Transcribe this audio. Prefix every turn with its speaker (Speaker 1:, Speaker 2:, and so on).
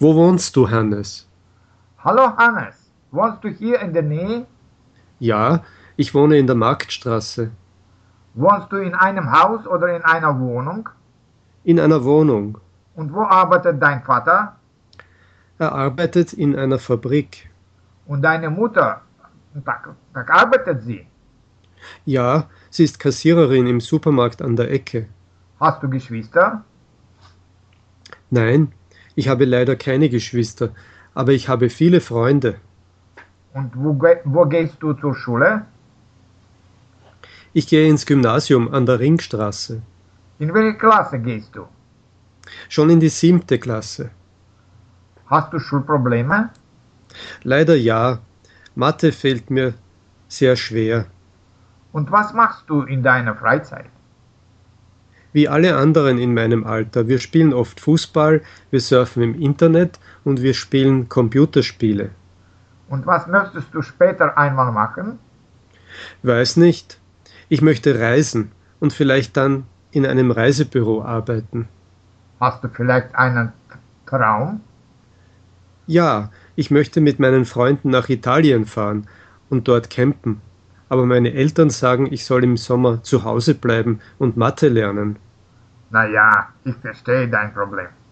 Speaker 1: Wo wohnst du, Hannes?
Speaker 2: Hallo Hannes, wohnst du hier in der Nähe?
Speaker 1: Ja, ich wohne in der Marktstraße.
Speaker 2: Wohnst du in einem Haus oder in einer Wohnung?
Speaker 1: In einer Wohnung.
Speaker 2: Und wo arbeitet dein Vater?
Speaker 1: Er arbeitet in einer Fabrik.
Speaker 2: Und deine Mutter? Da, da arbeitet sie.
Speaker 1: Ja, sie ist Kassiererin im Supermarkt an der Ecke.
Speaker 2: Hast du Geschwister?
Speaker 1: Nein, ich habe leider keine Geschwister, aber ich habe viele Freunde.
Speaker 2: Und wo, ge- wo gehst du zur Schule?
Speaker 1: Ich gehe ins Gymnasium an der Ringstraße.
Speaker 2: In welche Klasse gehst du?
Speaker 1: Schon in die siebte Klasse.
Speaker 2: Hast du Schulprobleme?
Speaker 1: Leider ja. Mathe fällt mir sehr schwer.
Speaker 2: Und was machst du in deiner Freizeit?
Speaker 1: Wie alle anderen in meinem Alter. Wir spielen oft Fußball, wir surfen im Internet und wir spielen Computerspiele.
Speaker 2: Und was möchtest du später einmal machen?
Speaker 1: Weiß nicht. Ich möchte reisen und vielleicht dann in einem Reisebüro arbeiten.
Speaker 2: Hast du vielleicht einen Traum?
Speaker 1: Ja, ich möchte mit meinen Freunden nach Italien fahren und dort campen. Aber meine Eltern sagen, ich soll im Sommer zu Hause bleiben und Mathe lernen.
Speaker 2: Naja, ich verstehe dein Problem.